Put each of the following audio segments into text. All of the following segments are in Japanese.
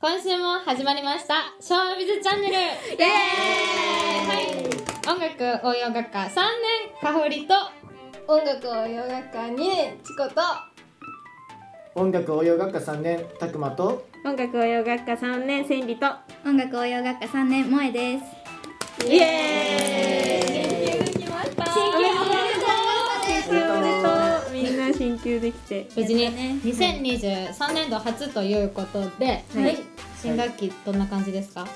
今週も始まりました「昭和美術チャンネル」イエはい、音楽応用学科3年かほりと音楽応用学科2年チコと音楽応用学科3年たくまと音楽応用学科3年千里と音楽応用学科3年萌えですイエ新級ーイおめでとうみんな進級できて無事にね2023年度初ということで、はい新学期どんな感じですか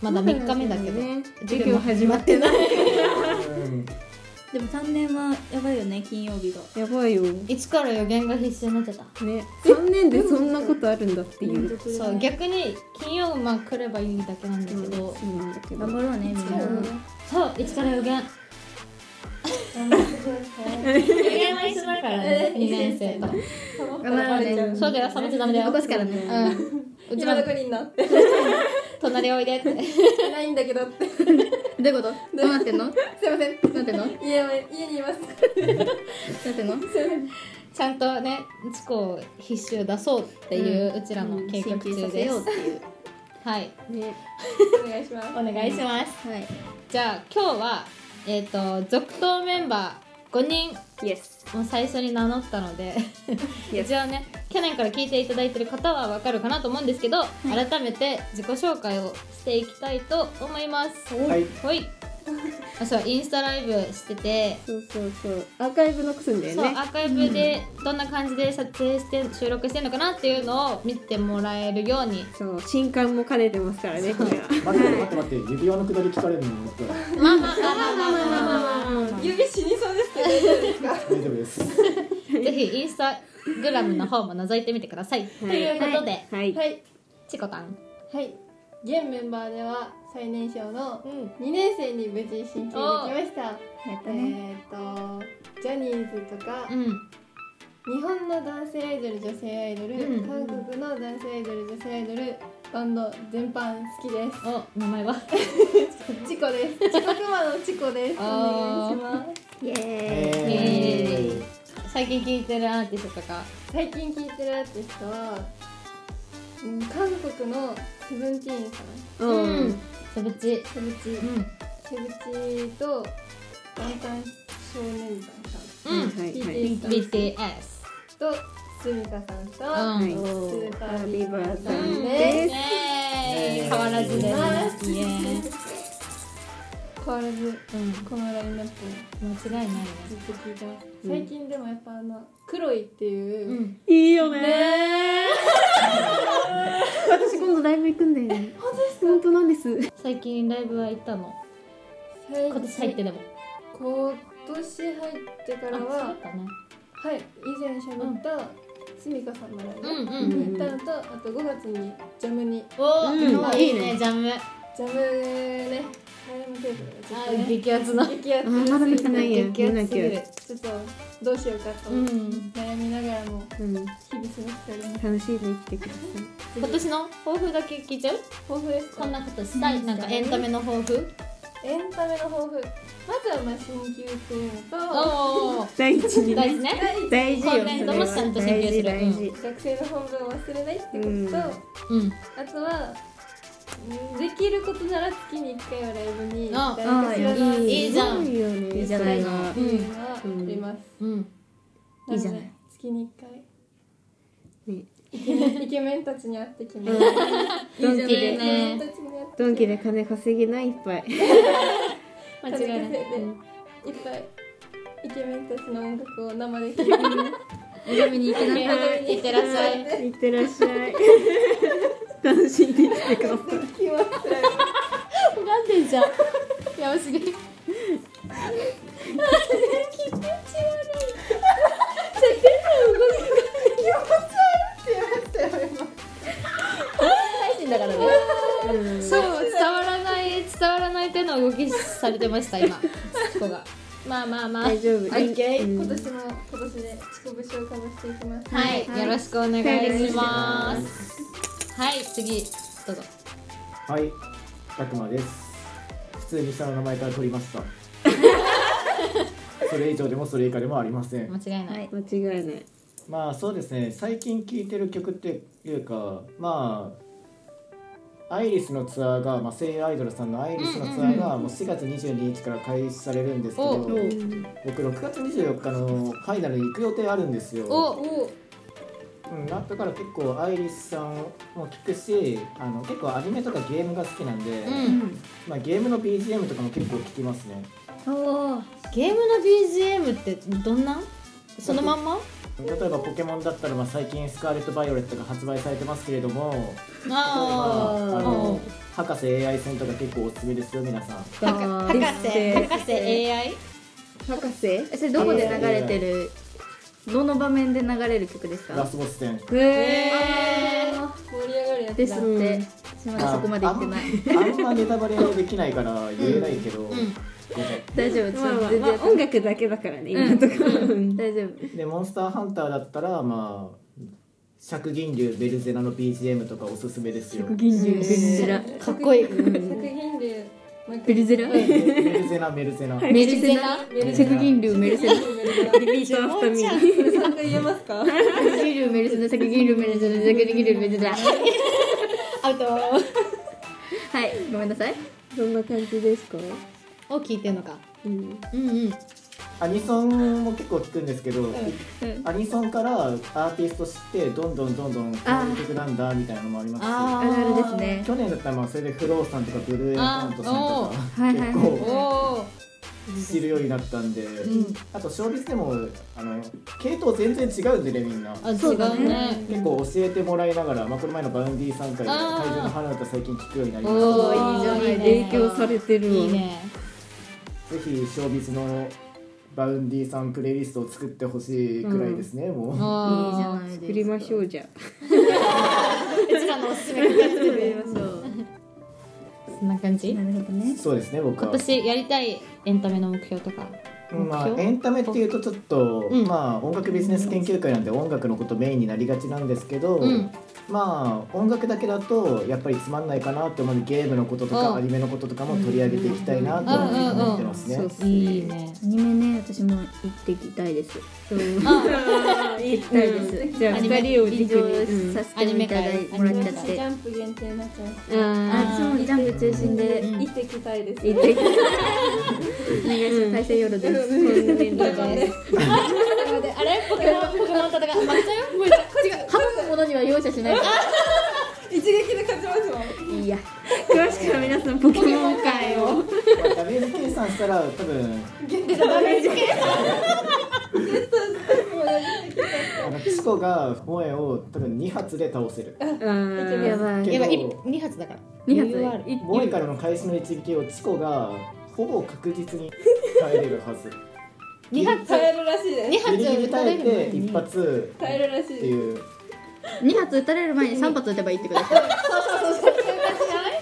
まだ3日目だけど、ね授業始まってないうんでも3年はやばいよね金曜日がやばいよ いつから予言が必死になってたね3年でそんなことあるんだっていうそう逆に金曜まあ来ればいいだけなんだけうんど、そうなんだけど頑張ろうねみんなそういつから予言予言は一緒だからね2年生と頑張ろうねそうだよサボっちゃダメだよ起こすからねうんうち今どのこにいんのって隣おいでってないんだけどってすどういうことどうなってんのどいませんうなってんのどう 家は家にいますなってんのちゃんとねチコを必修出そうっていううちらの計画進級中させでようっすていうはいねお願いしますお願いしますはいじゃあ今日はえっ、と続投メンバー5人イエスもう最初に名乗ったので Yes 一応ね去年から聞いていただいてる方はわかるかなと思うんですけど、改めて自己紹介をしていきたいと思いますはいほいあそうインスタライブしててそうそうそうアーカイブ残すんだよそうアねーカイブでどんな感じで撮影して収録してるのかなっていうのを見てもらえるようにそう新刊も兼ねてますからねこれは待って待って待って指輪のくだり聞かれるのもって大まあまあまあまあまあまあまあまあ指死にそうですけど大丈夫ですか丈夫ですぜひインスタグラムの方も覗いてみてください、ということで、はいはいチコタンはい現メンバーでは最年少のうん2年生に無事進級できましたやったねえっとジャニーズとかうん日本の男性アイドル女性アイドル、うん韓国の男性アイドル女性アイドルバンド全般好きですお名前は チコですチコクマのチコですおあ願ーいしますイエーイえー最近聴いてるアーティストとか最近聴いてるアーティストは、うん、韓国のセブンティーンさんうんセブチセブチうセブチとワンタン少年団さんんうはんいはい BTS BTS とスミカさんと、うんはいスーパービビーババーーささんんでですすイエーイ変わらずですねイエーイ変わらずうんこのラインナップ間違いないねずっと聴いてます最近でもやっぱあの黒いっていう、うんいいよね 私今度ライブ行くんだよね本当ですか本当なんです最近ライブは行ったの最近今年入ってでも今年入ってかあらそうだはったねはい以前喋ったすみかさんのライブうんううんんに行ったのとあと5月にジャムにおうんーいいねジャムジャムねタイムテーブルがちょっとね激アツの激アあツまだ見てないや激アツすぎるちょっとどうしようかとうん悩みながらもうん日々過ごしております楽しいで生きてくださ今年の抱負だけ聞いちゃう抱負ですかこんなことしたいなんかエンタメの抱負エンタメの抱負まずはまあ進級っていうのとおおい大事に大事ね第大事一よ今年度もちゃんと進級する大事学生の本分を忘れないってことと、ううんんあとはうんできることなら月に1回はライブにあ誰かしらの大事いいじゃんすごいよねいいじゃないのっていうのはあります、うんうんいいじゃないなので月に1回ねイケメンイケメンたちに会ってきますドンキいいでイケメンねたちに会ってきますドンキで金稼ぎないいっぱい間違いないいっぱいイケメンたちの音楽を生で聴いて読みに行けないいってらっしゃいいってらっしゃい楽しんで生きてくださいき ます拝んでんじゃんやばすぎ るそう伝わらない伝わらない手の動きされてました今 チコがまあまあまあ大丈夫はい今年も今年で遅刻しをかぶしていきますはい、よろしくお願いします。はい、次、どうぞ。はいたくまです普通に下の名前から取りま したそれ以上でもそれ以下でもありません間違いない。はい間違いないまあそうですね最近聴いてる曲っていうかまあアイリスのツアーが、まあ、声優アイドルさんのアイリスのツアーがもう4月22日から開始されるんですけど、おう僕6月24日のファイナルに行く予定あるんですよ。おおうん、だから結構アイリスさんも聞くしあの結構アニメとかゲームが好きなんで、うんまあ、ゲームの BGM とかも結構聞きますねおゲームの BGM ってどんなそのまんま例えばポケモンだったら、まあ、最近スカーレット・バイオレットが発売されてますけれどもああーの博士 AI 戦とか結構おすすめですよ皆さん博博士 AI 博士それどこで流れてるどの場面で流れる曲ですラかスボス戦へえあー盛り上がるやつだですって、うん私まだそこまで行ってないあん まネタバレはできないから言えないけど、んごめん大丈夫、まあまあ全まあ然、音楽だけだからね今のところうん大丈夫でモンスターハンターだったらまあ釈銀流ベルゼナの BGM とかおすすめですよ銀ベルゼラかっこいい作品でベルゼラベルゼナベルゼナメルゼナベルセゼク銀流メルセナリピートアフターミーラ言えますかセク銀流メルセナセク銀流メルセナセク銀流メルセナアウトはいごめんなさいどんな感じですかを聞いてんのかうんうんうんアニソンも結構聞くんですけど、んアニソンからアーティスト知ってどんどんどんどんこういう曲なんだみたいなのもありますあるあるですねし去年だったらまあそれでフローさんとかブルーエンカウントさんとあかー結お構お知るようになったんで、んあと勝率でもあの系統全然違うんでねみんな。あ違そうだうねね結構教えてもらいながら、まあ、この前のバウンディさん会であー会場の花歌最近聞くようになりまおしーいいじゃないいいね影響されてるわいいねたぜひショービズのバウンディさんプレイリストを作ってほしいくらいですね、もういいじゃあないですか作りましょうじゃーうちらのおすすめ企画でそうそんな感じなるほどねそうですね僕は私やりたいエンタメの目標とかまあ目標エンタメっていうとちょっと、うんまあ音楽ビジネス研究会なんで音楽のことメインになりがちなんですけど、うんまあ音楽だけだとやっぱりつまんないかなって思うゲームのこととうんかアニメのこととかも取り上げていきたいなと思ってますね。うんうんうんうんそういいねアニメね私も行ってきたいですそうあ行きたいですじゃアあニ二メ人を臨軸場にさせていただいてもらっちゃっジてャンプ限定になっちゃいますああ私もジャンプ中心でうん行ってきたいです行ってきたお願いします大西洋ですあれポケモンポケモン戦い負けちゃうハムものには容赦しない一撃で勝ちますもんいや詳しくは皆さんポケモン界をまあダメージ計算したら多分あのチコが萌えを多分2発で倒せる。やばあいけやどばい2発だから二発余裕ある萌えからの開始の一撃をチコがほぼ確実に耐えれるはず。 2発耐えるらしいです二ギリギ発リ撃たれ耐る前えてに一発耐えるらしいってですいう。二発撃たれる前に三発撃てばいいってことですか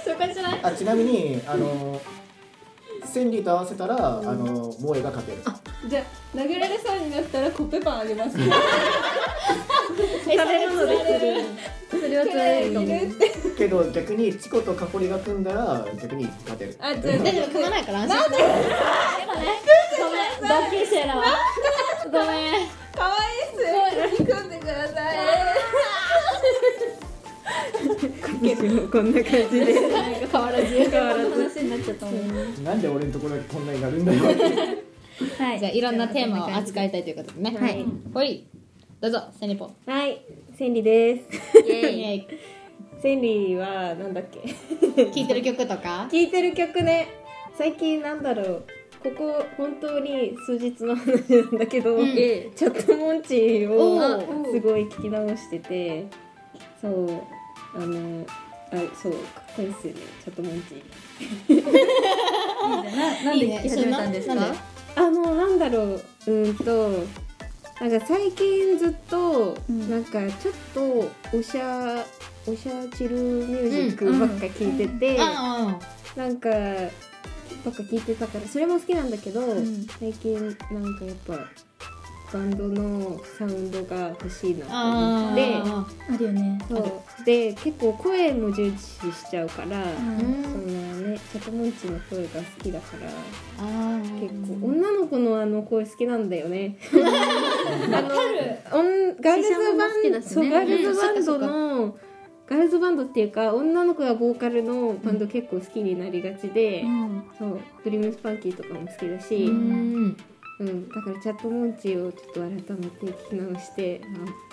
そういう感じじゃないあちなみにあの千里と合わせたら、あの萌えが勝てる。じゃあ投げられそうになったらコッペパンあげます食べ物でそれはつらいかもけど逆にチコとカポリが組んだら逆に勝てる。あじゃあ大丈夫組まないから安心して今ねごめん同級生だわごめんかわいいっす組んでくださいなんか変こんな感じでわらず変わらず話になっちゃったもんなんで俺のところだけこんなになるんだよ。はいじゃあいろんなテーマを扱いたいということでねはいほいどうぞセニポはい千里ですイエイイエ千里はなんだっけ イ聴いてる曲とか聴いてる曲ね最近なんだろうここ本当に数日の話なんだけど、うん チャットモンチーおをーすごい聞き直しててそうあのあそうかっこいいっすよねチャットモンチーなんで聞き始めたんですかいいねあのなんだろううーんとなんか最近ずっと、うんなんかちょっとおしゃおしゃチルミュージックばっか聞いてて、あなんかばっか聞いてたからそれも好きなんだけど、ん最近なんかやっぱバンドのサウンドが欲しいなあと思あっあてあるよねそうで結構声も重視しちゃうから、うんそのねチャトモンチの声が好きだからああ結構女の子のあの声好きなんだよね。あのおんガールズシシャモも好きだバしねンそうガールズバンドうんのガールズバンドっていうか女の子がボーカルのバンド結構好きになりがちで、うんそうドリームスパンキーとかも好きだし、ううんんだからチャットモンチーをちょっと改めて聞き直して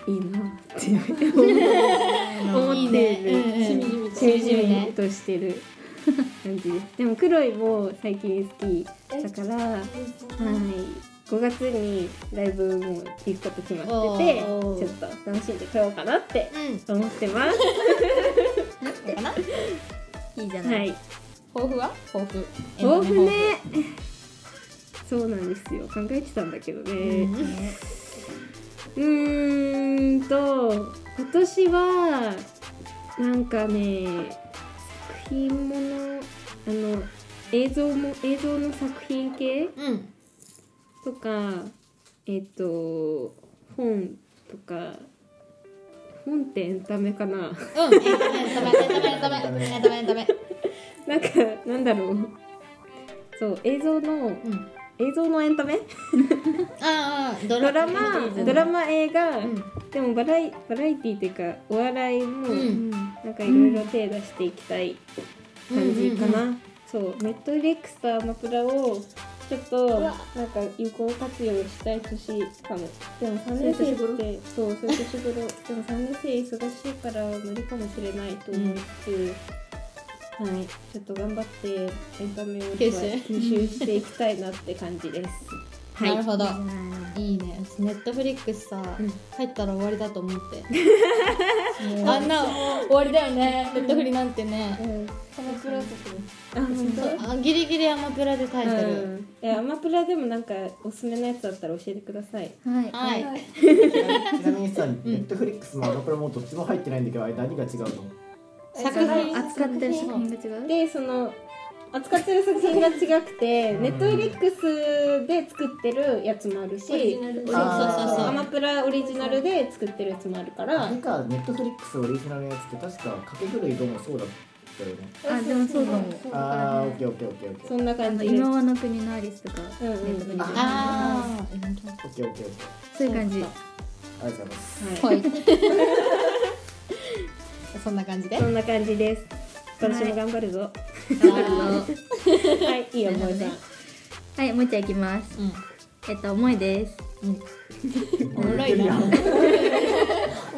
あいいな って思いいってる。ねしみじみとしみじみねねとしてる感じですでも黒いも最近好きだからはい5月にライブも行くこと決まっててちおーょっと楽しんでこようかなってうん思ってますどうかないいじゃな、はいい抱負は抱負豆腐ねそうなんですよ考えてたんだけどねねうーんと今年はなんかね作品ものあの映像も映像の作品系うんとかえっ、と本とか本ってエンタメかな うんエンタメエンタメエンタメエンタメエンタメエンタメエンタメなんかなんだろうそう映像のうん映像のエンタメあーあードドラマドラマ映画、うんでもバラエバラエティーっていうかお笑いも、ううんんなんかいろいろ手出していきたい感じかな、うんうんそうネットフリックスとアマプラをちょっとうなんわか有効活用したい年かもでも3年生ってそうそういう 年頃でも3年生忙しいから無理かもしれないと思いつつ、はいちょっと頑張ってエンタメを吸収吸収していきたいなって感じですはいなるほどいいじゃないいいねネットフリックスさうん入ったら終わりだと思ってあんな終わりだよねネットフリなんてねうん、あカマプラとか本当あギリギリアマプラでタイトうルん、えアマプラでもなんかおすすめのやつだったら教えてくださいはいはいはいちなみちなみにさ、ネットフリックスもアマプラもどっちも入ってないんだけど、あれ何が違うの？作そ品の扱ってる作品が違うでその扱ってる作品が違くてうんネットフリックスで作ってるやつもあるしオリジナルそうそうそうそうアマプラオリジナルで作ってるやつもあるかあられか、ネットフリックスオリジナルのやつって確か掛け狂いどうもそうだったよね。あでもそうかもああ、オッケーオッケーオッケーオッケそー。オッんなあ感のじです今はの国のアリスとかうんうんネットフリックスとかああケーオッケーオッケー。そういう感じありがとうございます。ははいいそんな感じでそんな感じですはい私も頑張るぞ頑張るぞはいいいよもえさんはいもう一丁いきますえっと思いですうんうんおもろいな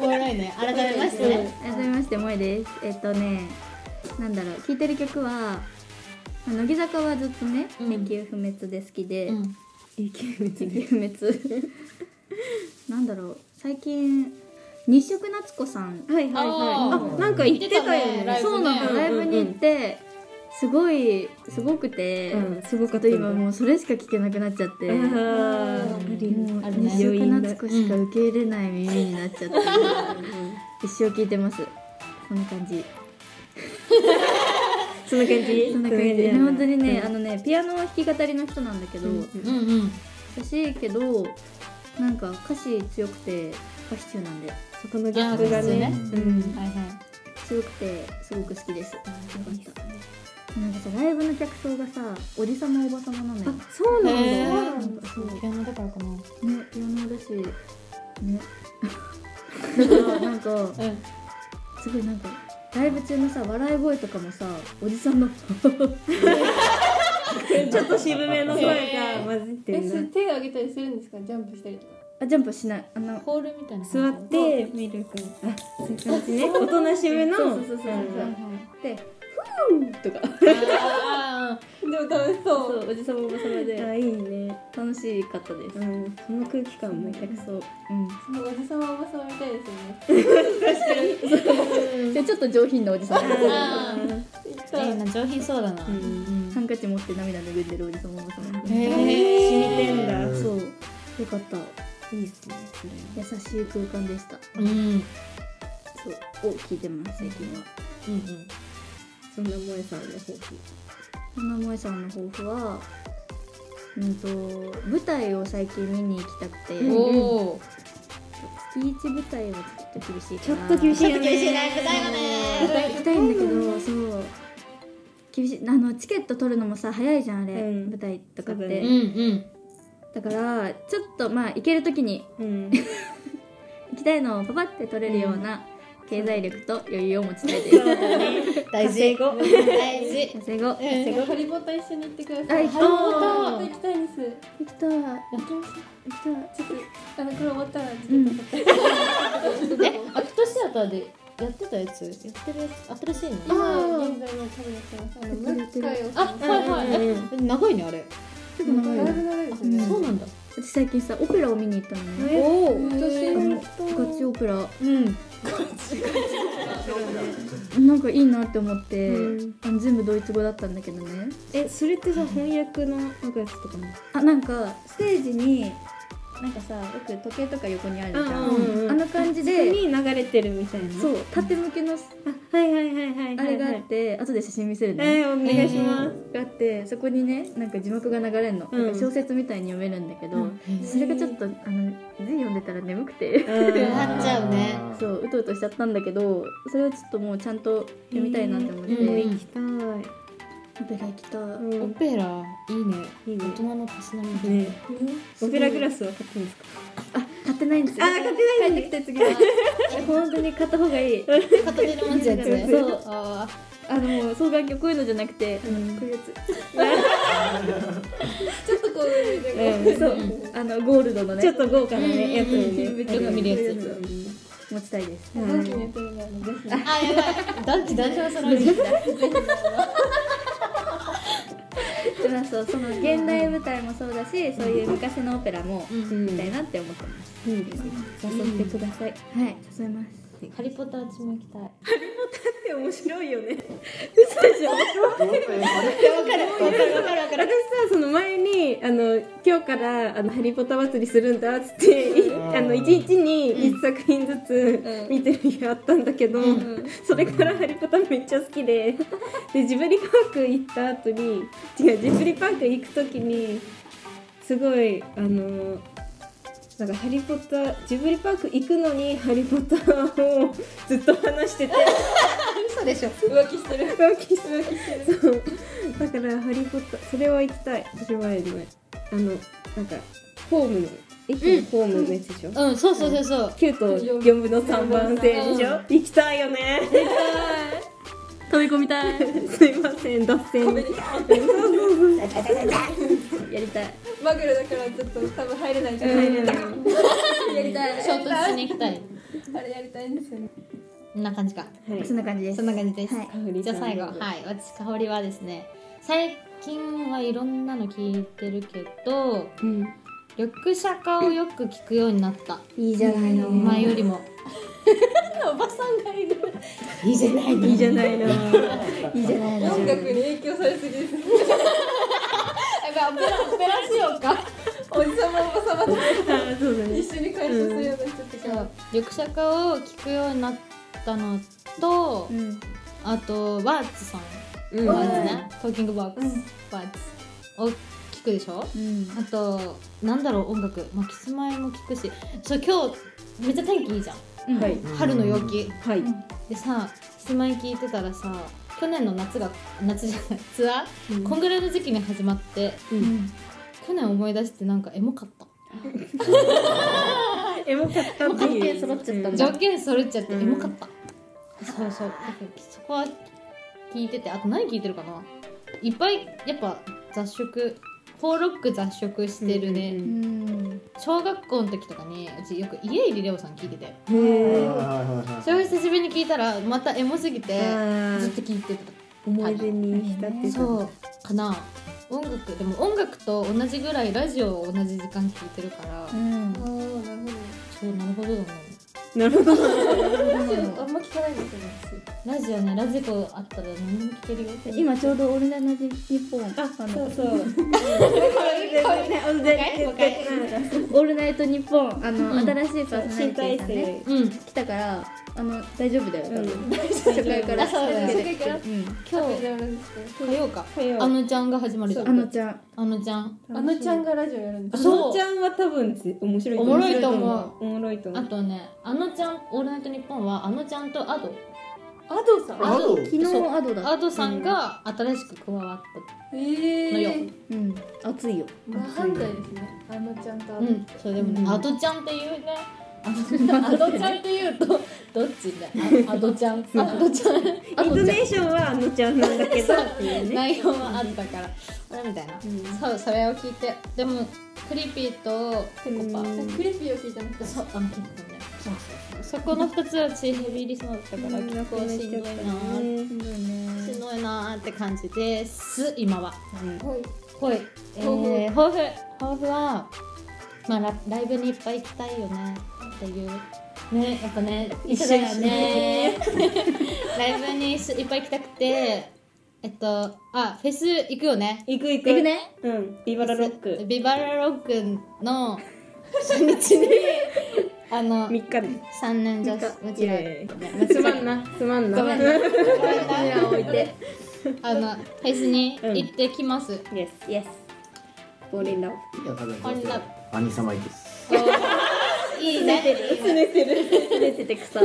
おもろいね改めましてね改めまして萌えですえっとねなんだろう聴いてる曲はまあ乃木坂はずっとねうん永久不滅で好きでうん永久永久不滅 なんだろう最近日食夏子さんはいはいはいああなんか言ってたよ言ってたねライねブそうなのライブに行ってすごいすごくてうんすちょごかっっとたんだ今もうそれしか聴けなくなっちゃってあーうんあるよもうあるね日食夏子しか受け入れない耳になっちゃって一生聴いてますそんな感じそんな感じ そんな感じで本当にね、あのねピアノ弾き語りの人なんだけど、うんうんうん優しいけどなんか歌詞強くて歌詞中なんでそこのギャップがねあー普通うねんはいはい強くてすごく好きですよかったなんかさライブの客層がさおじさまおばさまなのよあそうなんへだーなんかそうねピアノだからかなピアノだし ねだからなんかうんすごいなんかライブ中のさ笑い声とかもさおじさんのちょっと渋めの声が混じってえるすな。手を挙げたりするんですかジャンプしたりとか あジャンプしないあのホールみたいな座って見る感じ。あ、そういう感じね。おとなしめの。そうそうそうそううんはいでとか。あでも楽しそそううおじさまおばさまであ、いいね。楽しかったですうん、その空気感も客層。うんそのおじさまおばさまみたいですよねでちょっと上品なおじさんあー行ったーいいらな上品そうだなううんん。ハンカチ持って涙拭んでるおじさまおばさまへ染えみてんだ。そうよかったいいっすね。優しい空間でしたうんうんそうを聞いてます最近はうんそれそんな萌えさんの抱負。そんな萌えさんの抱負はうんと舞台を最近見に行きたくて、うん月おお一舞台はちょっと厳しいちかょらっと厳しいよね。行きたい行きたいんだけどそう厳しいあのチケット取るのもさ早いじゃんあれ、うん舞台とかっそてうだねうんうんだからちょっとまあ行ける時にうん。行きたいのをパパって取れるような経済力と余裕を持ちたいで そうだね大事語大事す。英語。行うんハリポタ一緒に行ってくださあ行い。きたいハリポタ行きたいです。きたい。行行きましょきたい。う。ちょっとあのこれ終わったらうちょっん。えアクトシアターでやってたやつやってるやつ新しいのとあ今ー現在も多分やってます。あのやってるやってるあはいはいえうん長いねあれちょっと長いよだね。いぶ長いですうね。んそうなんだ私最近さオペラを見に行ったのね。えおー今あ年ののガチオペラ。うんなんかいいなって思ってう、あの全部ドイツ語だったんだけどね。えそれってさ翻訳のなんかやつとかもあなんかステージになんかさよく時計とか横にあるじゃん。うんうんうんあの感じそこで。に流れてるみたいなそう縦向けのあはいはいはいはいはいはいあれがあって後で写真見せるね。えー、お願いします、があってそこにねなんか字幕が流れるの、うんなんか小説みたいに読めるんだけど、うんそれがちょっとあの字読んでたら眠くてんなっちゃうねそ。ううとうとしちゃったんだけどそれをちょっともうちゃんと読みたいなって思って、えーうん行きたい、オペラ行きたい、うオん、ペラいいねいいね大人のたしなみでねオペラグラスは買ったんですか買ってないんですよあ買ってないの帰ってきて次は本当に買った方がいい片手で持つやつねそうああの双眼鏡こういうのじゃなくて、あのこういうやちょっとこう上でこうつ、うん、そうあのゴールドのねちょっと豪華なうんうんうんねやつをめねっちゃよく見るやつ持ちたいですうん同期にやってるのでぜひ。ーあやばい男子男子はその時でもそうその現代舞台もそうだしそういう昔のオペラもうん見たいなって思ってます、いいですね誘ってください、はい誘いますハリポタ私も行きたい面白いよわねかるわかるわか私さその前にあの今日からあのハリポタ祭りするんだっつっていうんあの一日に一作品ずつ見てる日があったんだけど、それからハリポタめっちゃ好きででジブリパーク行った後に違うジブリパーク行く時にすごいあのなんかハリポタジブリパーク行くのにハリポタをずっと話してて嘘でしょ浮気してる。浮気するそうだから「ハリー・ポッター」それは行きたい私は前のあのなんかホームの駅のホームのやつでしょ、うんそうそうそうそう九と4分の3番線でしょ行きたいよね飛び込みたいすいません脱線やりたいマグロだからちょっと多分入れないじゃないですか。はやりた衝突しに行きたいあれやりたいんですよね。こんな感じかいそんな感じですそんな感じです、はいじゃあ最後はい私香りはですね最近はいろんなの聞いてるけどうんリュックシャカをよく聞くようになったいいじゃないの前よりもおばさんがいるいいじゃないのいいじゃないのいいじゃないの音楽に影響されすぎです。やばいオペラオペラしようかおじさまおばさまとあそうだね一緒に会社するようになっちゃったそからう。リュックシャカを聞くようになったのと、うんあとワーツさんうんワーツねトーキングボックス、ワーツを聞くでしょうんあとなんだろう音楽まあキスマイも聞くしそう今日めっちゃ天気いいじゃんはい春の陽気はいでさキスマイ聞いてたらさ去年の夏が夏じゃないツアー、うんこんぐらいの時期に始まってうん去年思い出してなんかエモかったエモかったって条い件う揃っちゃったんだ条件揃っちゃってエうんモかった、そうそうだからそこは聞いててあと何聞いてるかないっぱいやっぱ雑食フォーロック雑食してるね、うんうん小学校の時とかにうちよく家入レオさん聞いててへえそれを久しぶりに聞いたらまたエモすぎてあーずっと聞いてた思い出に浸ってたそうかな音楽でも音楽と同じぐらいラジオを同じ時間聞いてるから、うんああーなるそうなるほどだねなるほどほど。ラジオあんま聞かないですよね。ラジオねラジコあったら何でも聞けるよ今ちょうど「オールナイトニッポン」あのそうそう。オールナイトニッポン」あのうん新しいパーソナリ新ティ体さんね制。うん来たからあの大丈夫だよ多分初初回からあそうだよ続けて初回からうん今ラ日ジオやるんですけ火曜か火曜あのちゃんが始まるじゃあんのちゃんあのちゃんどあのちゃんがラジオやるんですそうちゃんは多分ぜ面白い。おもろいと思う。おもろいと思あう。とねあのちゃん「オールナイトニッポン」はあのちゃんとアドアドさん。あと昨日アドだアドさんが新しく加わっえのよえ。うん熱いよまあ犯罪ですね。あのちゃんとたアうド。んそうでもねうんアドちゃんっていうね アドちゃんって言うとどっちだ あアドちゃんアドちゃんアインドトちゃネーションはあのちゃんなんだけどっていうねん 内容はあったからあれみたいな、んそうそれを聞いてでもクリピーとペコパ、うんクレピーを聞いてましたそうあの結構ねそこの2つはチーヘビーリスナーだったから結構しんどいなーしんどいしんねどいなーって感じです今ははいほい、えー、抱抱負抱負は、まあ、ラライブにいっぱい行きたいよねっていうねやっぱね一緒だよね ライブに一緒いっぱい行きたくてえっとあフェス行くよね行く行く行くねうんビバラロッフェスクビバラロックの初日にあの3日で三年女子三うちらイエつまんなつまんなごめんね置い てあのフェスに行ってきます、イエスイエスボーリンラブじゃあ多分こんな兄様行きですおーいいね出ててくさ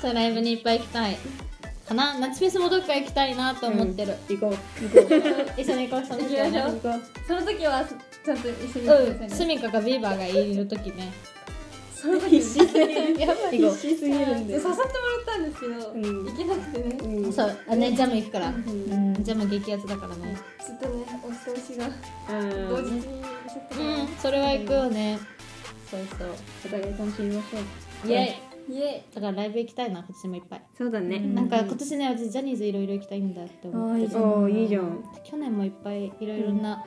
そうライブにいっぱい行きたいかな夏フェスもどっか行きたいなと思ってる、行こう一緒に行こうその時は行きましょね行うこうその時はちゃんと一緒に行ってくうだんさスいねミカかビーバーがいる時ねその時必死すぎるやばい必死すぎるん誘でってもらったんですけど、うん行けなくてね、うんそうあねジャム行くから、うんジャム激アツだからねちょっとねお調子が同時うんにちょっとうねんそれは行くよね、そうお互い楽しみましょうそうイエイエイだからライブ行きたいな私もいっぱい、そうだねなんか今年ね私ジャニーズいろいろ行きたいんだって思ってあーいいるじゃんおーいいじゃん去年もいっぱいいろいろな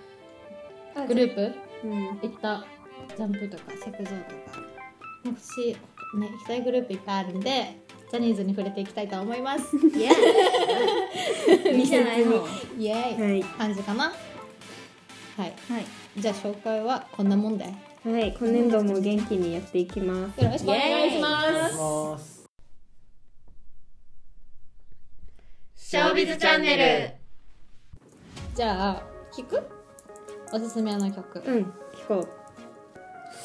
イグループ、うん行ったジャンプとか作像とかもし、ね、行きたいグループいっぱいあるんでジャニーズに触れていきたいと思います いやいいじゃないのはイエーイ、はい感じかなはいいじゃあ紹介はこんなもんでよはい今年度も元気にやっていきますろしくお願いしまお願いすしますショービズチャンネルじゃあ聞くおすすめの曲、うん聞こう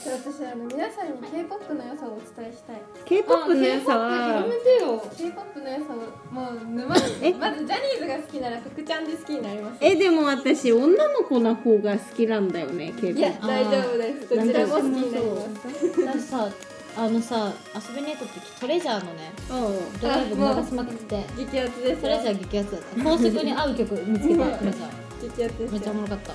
じゃあ私あの皆さんに K-POP の良さをお伝えしたい K-POP の良さあは K-POP 広めてよ K-POP の良さをもう沼にえまずジャニーズが好きなら福ちゃんで好きになりますえでも私女の子の方が好きなんだよねいや K-POP あー大丈夫ですどちらも好きになりま 私すさあのさ遊びに行った時トレジャーのねおうドライブ流しまくって激アツですトレジャー激アツだった高速に合う曲見つけたトレジャー激アツめでっすちゃおもろかった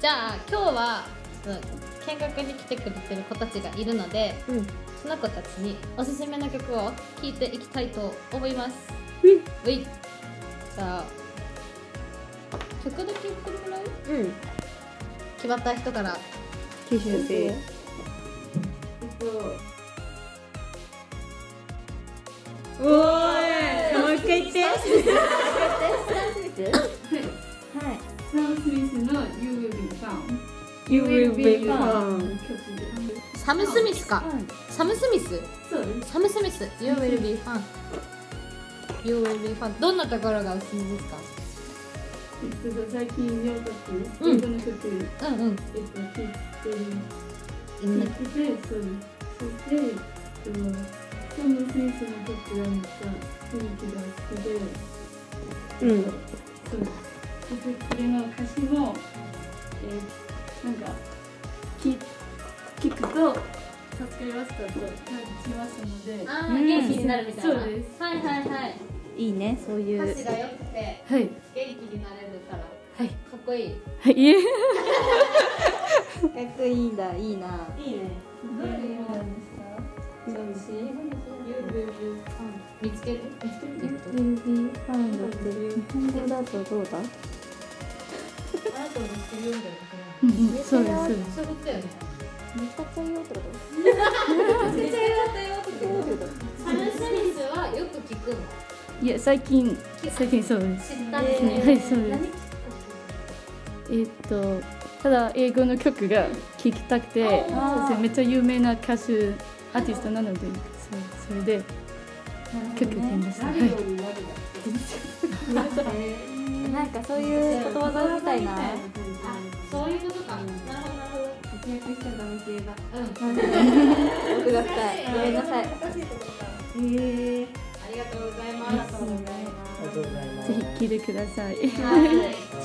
じゃあ今日はその見学に来てくれてる子たちがいるのでうんその子たちにおすすめの曲を聴いていきたいと思いますういういじゃあ曲だけ言ってもらううん決まった人から九州でえっとおーいもう一回言ってサウスウィスの You Will Be Found You will be found 曲です。サム・スミスかサム・スミスそうです。サム・スミス You will be fun You will be fun どんなところがおすすめですえっと最近読んだってうん英語の曲、えっかうんうんと聞いてうん聞いててそうです。そしてえっとサムスミスの曲がめっちゃ雰囲気が好きで、うんそうです。でそれの歌詞もえーなんか聞聞くと助かりましたと感じますので、あー元気になるみたいな、そうですはいはいはいいいねそうい歌う詞が良くてはい元気になれるから、かっこいいはいえかっこいいんだいいないいね。どういう意味なんですか見つける見つけるってこ You will be found って日本語だとどうだとあなたを見つけるよみたいなそうですそそうでういうことだよね見つかっちゃうよってこめちゃめちゃったよってこととサム・スミスはよく聞くのいや最近最近そうです。知ったんですね、はいそうですえーっとただ英語の曲が聴きたくてあーそうめっちゃ有名な歌手アーティストなのでそうそれで曲聴きました、はいなんかそういうことわざみたいなあそういうことか、なるほどなるほど奥が深いごめんありがなさいとうございますありがとうございますぜひ聴いてください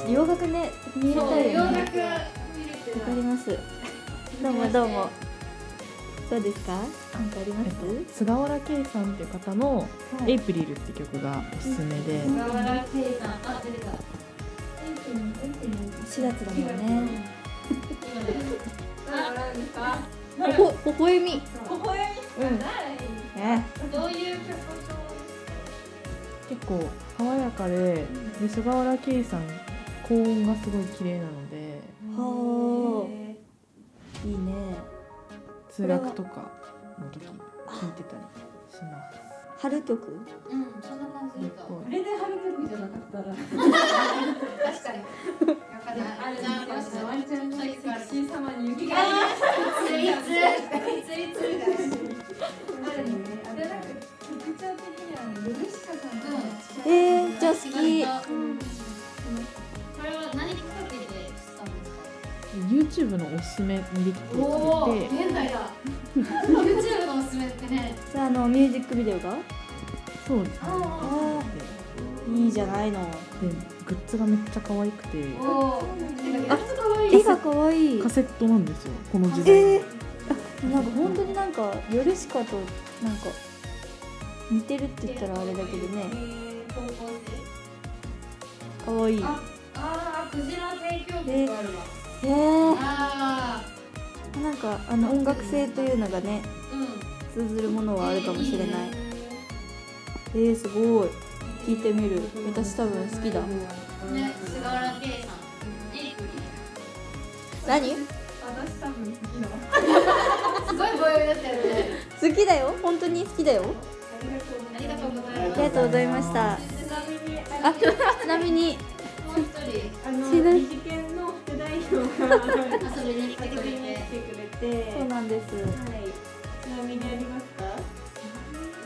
洋楽ね見れそたうい洋よ楽見ねれてわかりますどうもどうもどうですかなんかありますえっと、菅原圭さんっていう方の「エイプリル」って曲がおすすめで、菅原圭さん、あ、出てた。 4月だもんね今ね。あ、なんですか。ほほほ笑みここへ。うんねどういう曲調。結構爽やかでで菅原圭さん高音がすごい綺麗なのではあいいね通学とかの時聴いてたりします。春曲うん、そんな感じだった。こうあれで春曲じゃなかったら。確かに。あれなんかさ、ワンちゃんのセクシー様に雪が。ついつ。ついついだね。あるよね。あれなんか特徴的にはヨルシカさんと。えーじゃあ好きうんこれは何きっかけで知ったんですか。 YouTube のおすすめに出てきておお、て現代だ。YouTube のおすすめってね。それあのミュージックビデオがそうですねああいいじゃないのでグッズがめっちゃ可愛くてあ、おお。なんかめっちゃ可愛い。絵が可愛いカセットなんですよこの時代、えー、なんか本当になんかヨルシカとなんか似てるって言ったらあれだけどねえー高校可愛い生。あ、ああ、クジラ提供物があるわ。えー、ああ、なんかあの音楽性というのがねうん。通ずるものはあるかもしれないいね。えー、すごい聞いてみる私多分好きだね、菅原圭さん。エイプリ何好私多分好き だわ。すごいボヨボヨだったよね。きだよ本当に好きだよありがとうござあいりまがとうございましたす。ちなみにあちなみにもう一人。あの知らん二次元の副代表が遊びに来て遊くれびにて来てくれて、そうなんですはい。ちなみにありますか？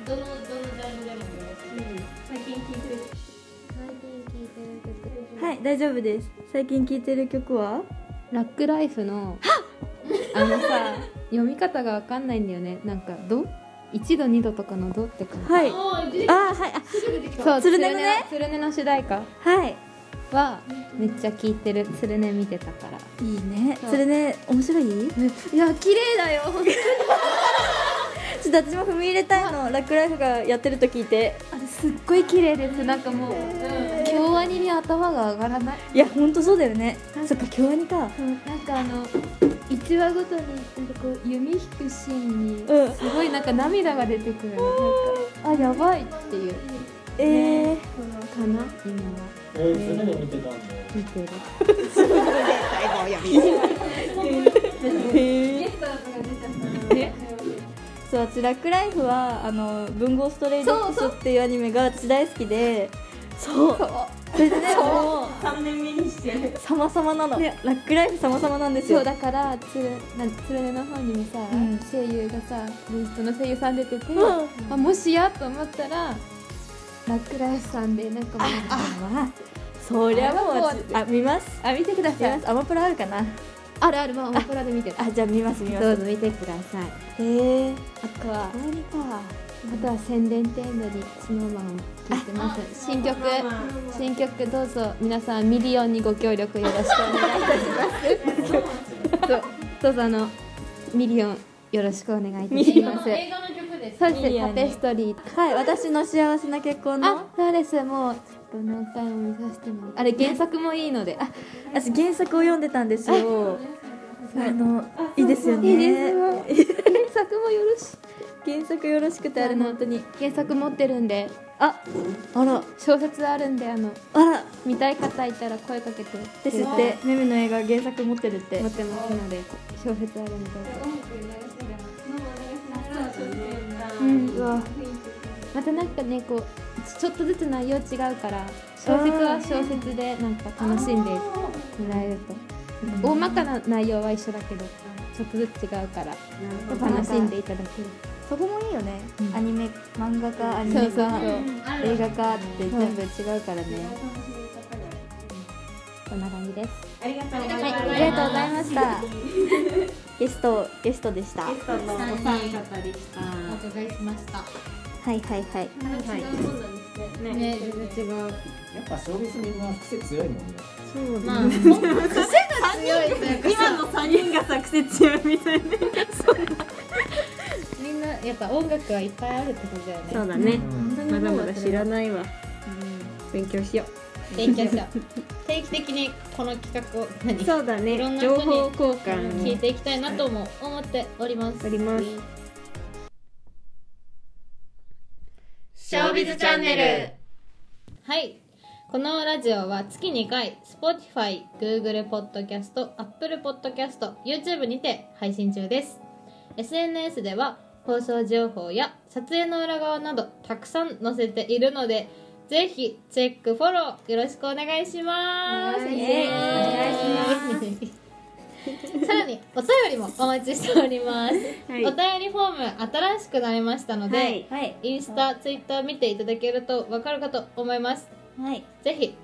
どのどのジャンルでもよろしい最近聞いてるはい大丈夫です最近聴いてる曲はラックライフのあのさ読み方がわかんないんだよねなんか「ど」1度2度とかの「ど」って感じ、はいおー出てきあはいそう鶴音のね鶴音の主題歌あはいはめっちゃ聞いてる鶴音見てたからいいねそうそれね面白いいや綺麗だよ ちょっと私も踏み入れたいのラックライフがやってると聞いてすっごい綺麗ですなんかもう京アニに頭が上がらないいやほんとそうだよねそっか京アニかなんかあの1話ごとになんかこう弓引くシーンにうんすごいなんか涙が出てくるなんかあやばいっていうえー、かな今はえー、それで見てたんだよ見てるゲストとか出ちゃったねそう私ラックライフはあの文豪ストレイデックスっていうアニメが私大好きでそうそれでねもう三年目にしてる。様々なの、ラックライフ様々なんですそようだからつるなんつるねの方にもさ、うん声優がさインストの声優さん出てて、んあもしやと思ったらラックライフさんでなんかもうあそりゃもう私あ見ますあ見てくだ見さまいすアマプラあるかなあるあるまあオープラで見てるあじゃあ見ます見まどすうぞ見てくださいへえあとはー、何かあとは宣伝程度にスノーマンを聞いてます新曲新曲どうぞ皆さんミリオンにご協力よろしくお願いいたしますそうどうぞあのミリオンよろしくお願いいたし映画まのす映画の曲ですそうですミリオンタにペストリーはい私の幸せな結婚あのそうですもうちょっと何回も見させてもらってあれ原作もいいのであ私原作を読んでたんですよあのいいですよねいいですよ原作もよろし原作よろしくてあれの本当に原作持ってるんでああら小説あるんであのあら見たい方いたら声かけてですってめめの映画原作持ってるって持ってますので小説あるんで音楽流しながらスノーマン流しながらうんうわまたなんかねこうちょっとずつ内容違うから小説は小説でなんか楽しんでもらえると大まかな内容は一緒だけどちょっとずつ違うから楽しんでいただけるそこもいいよね、うんアニメ漫画かアニそうメそうそうか映画かって全部違うからね、こんな感じですありがとうございはい、ます。ありがとうござい ました。ゲスト、ゲストでした。はゲストのお三方でした。お伺いしましたいはいはい。はい。ね全然違うやっぱショービスみんな癖強いもんね まあ本当に強いというか今の三人が作詞中みたいな。やっぱ音楽はいっぱいあるってことだよねそうだうね、んまだまだ知らないわ勉強しよ勉強しよう定期的にこの企画を何うそうだいろんなね情人に報交換聞いていきたいなとも思っておりますおりますショービズチャンネルはいこのラジオは月2回 Spotify、Google Podcast、Apple Podcast、YouTube にて配信中です SNS では放送情報や撮影の裏側などたくさん載せているのでぜひチェックフォローよろしくお願いしますお願いしますお願いしますさらにお便りもお待ちしております、はいお便りフォーム新しくなりましたので、はいはいインスタ、ツイッター見ていただけるとわかるかと思います。はいぜひ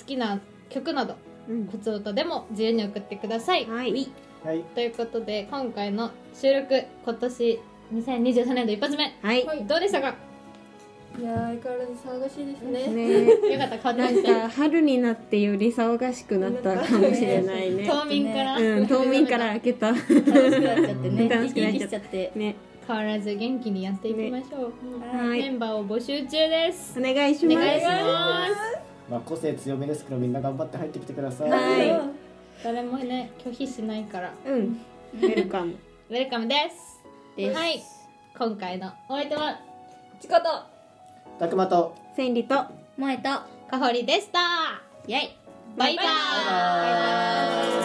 好きな曲など、うんコツオタでも自由に送ってください。はいはいということで、今回の収録、今年2023年度一発目、はいどうでしたかいやー相変わらず騒がしいですね ねよかった、変わなってんない。か春になってより騒がしくなったかもしれないね冬眠から、うん冬眠から明け た楽しくなっちゃってね楽生きしくなっ生ちきゃったしちゃってね変わらず元気にやっていきましょう。はメいンバーを募集中です。お願いしおます願いします。まあ個性強めですけどみんな頑張って入ってきてください。は誰もね、拒否しないから、いうんウェルカムウェルカムです。ですはい、今回のお相手は、たくまと千里と萌えとかほりでしたイエイバイバイバイバイ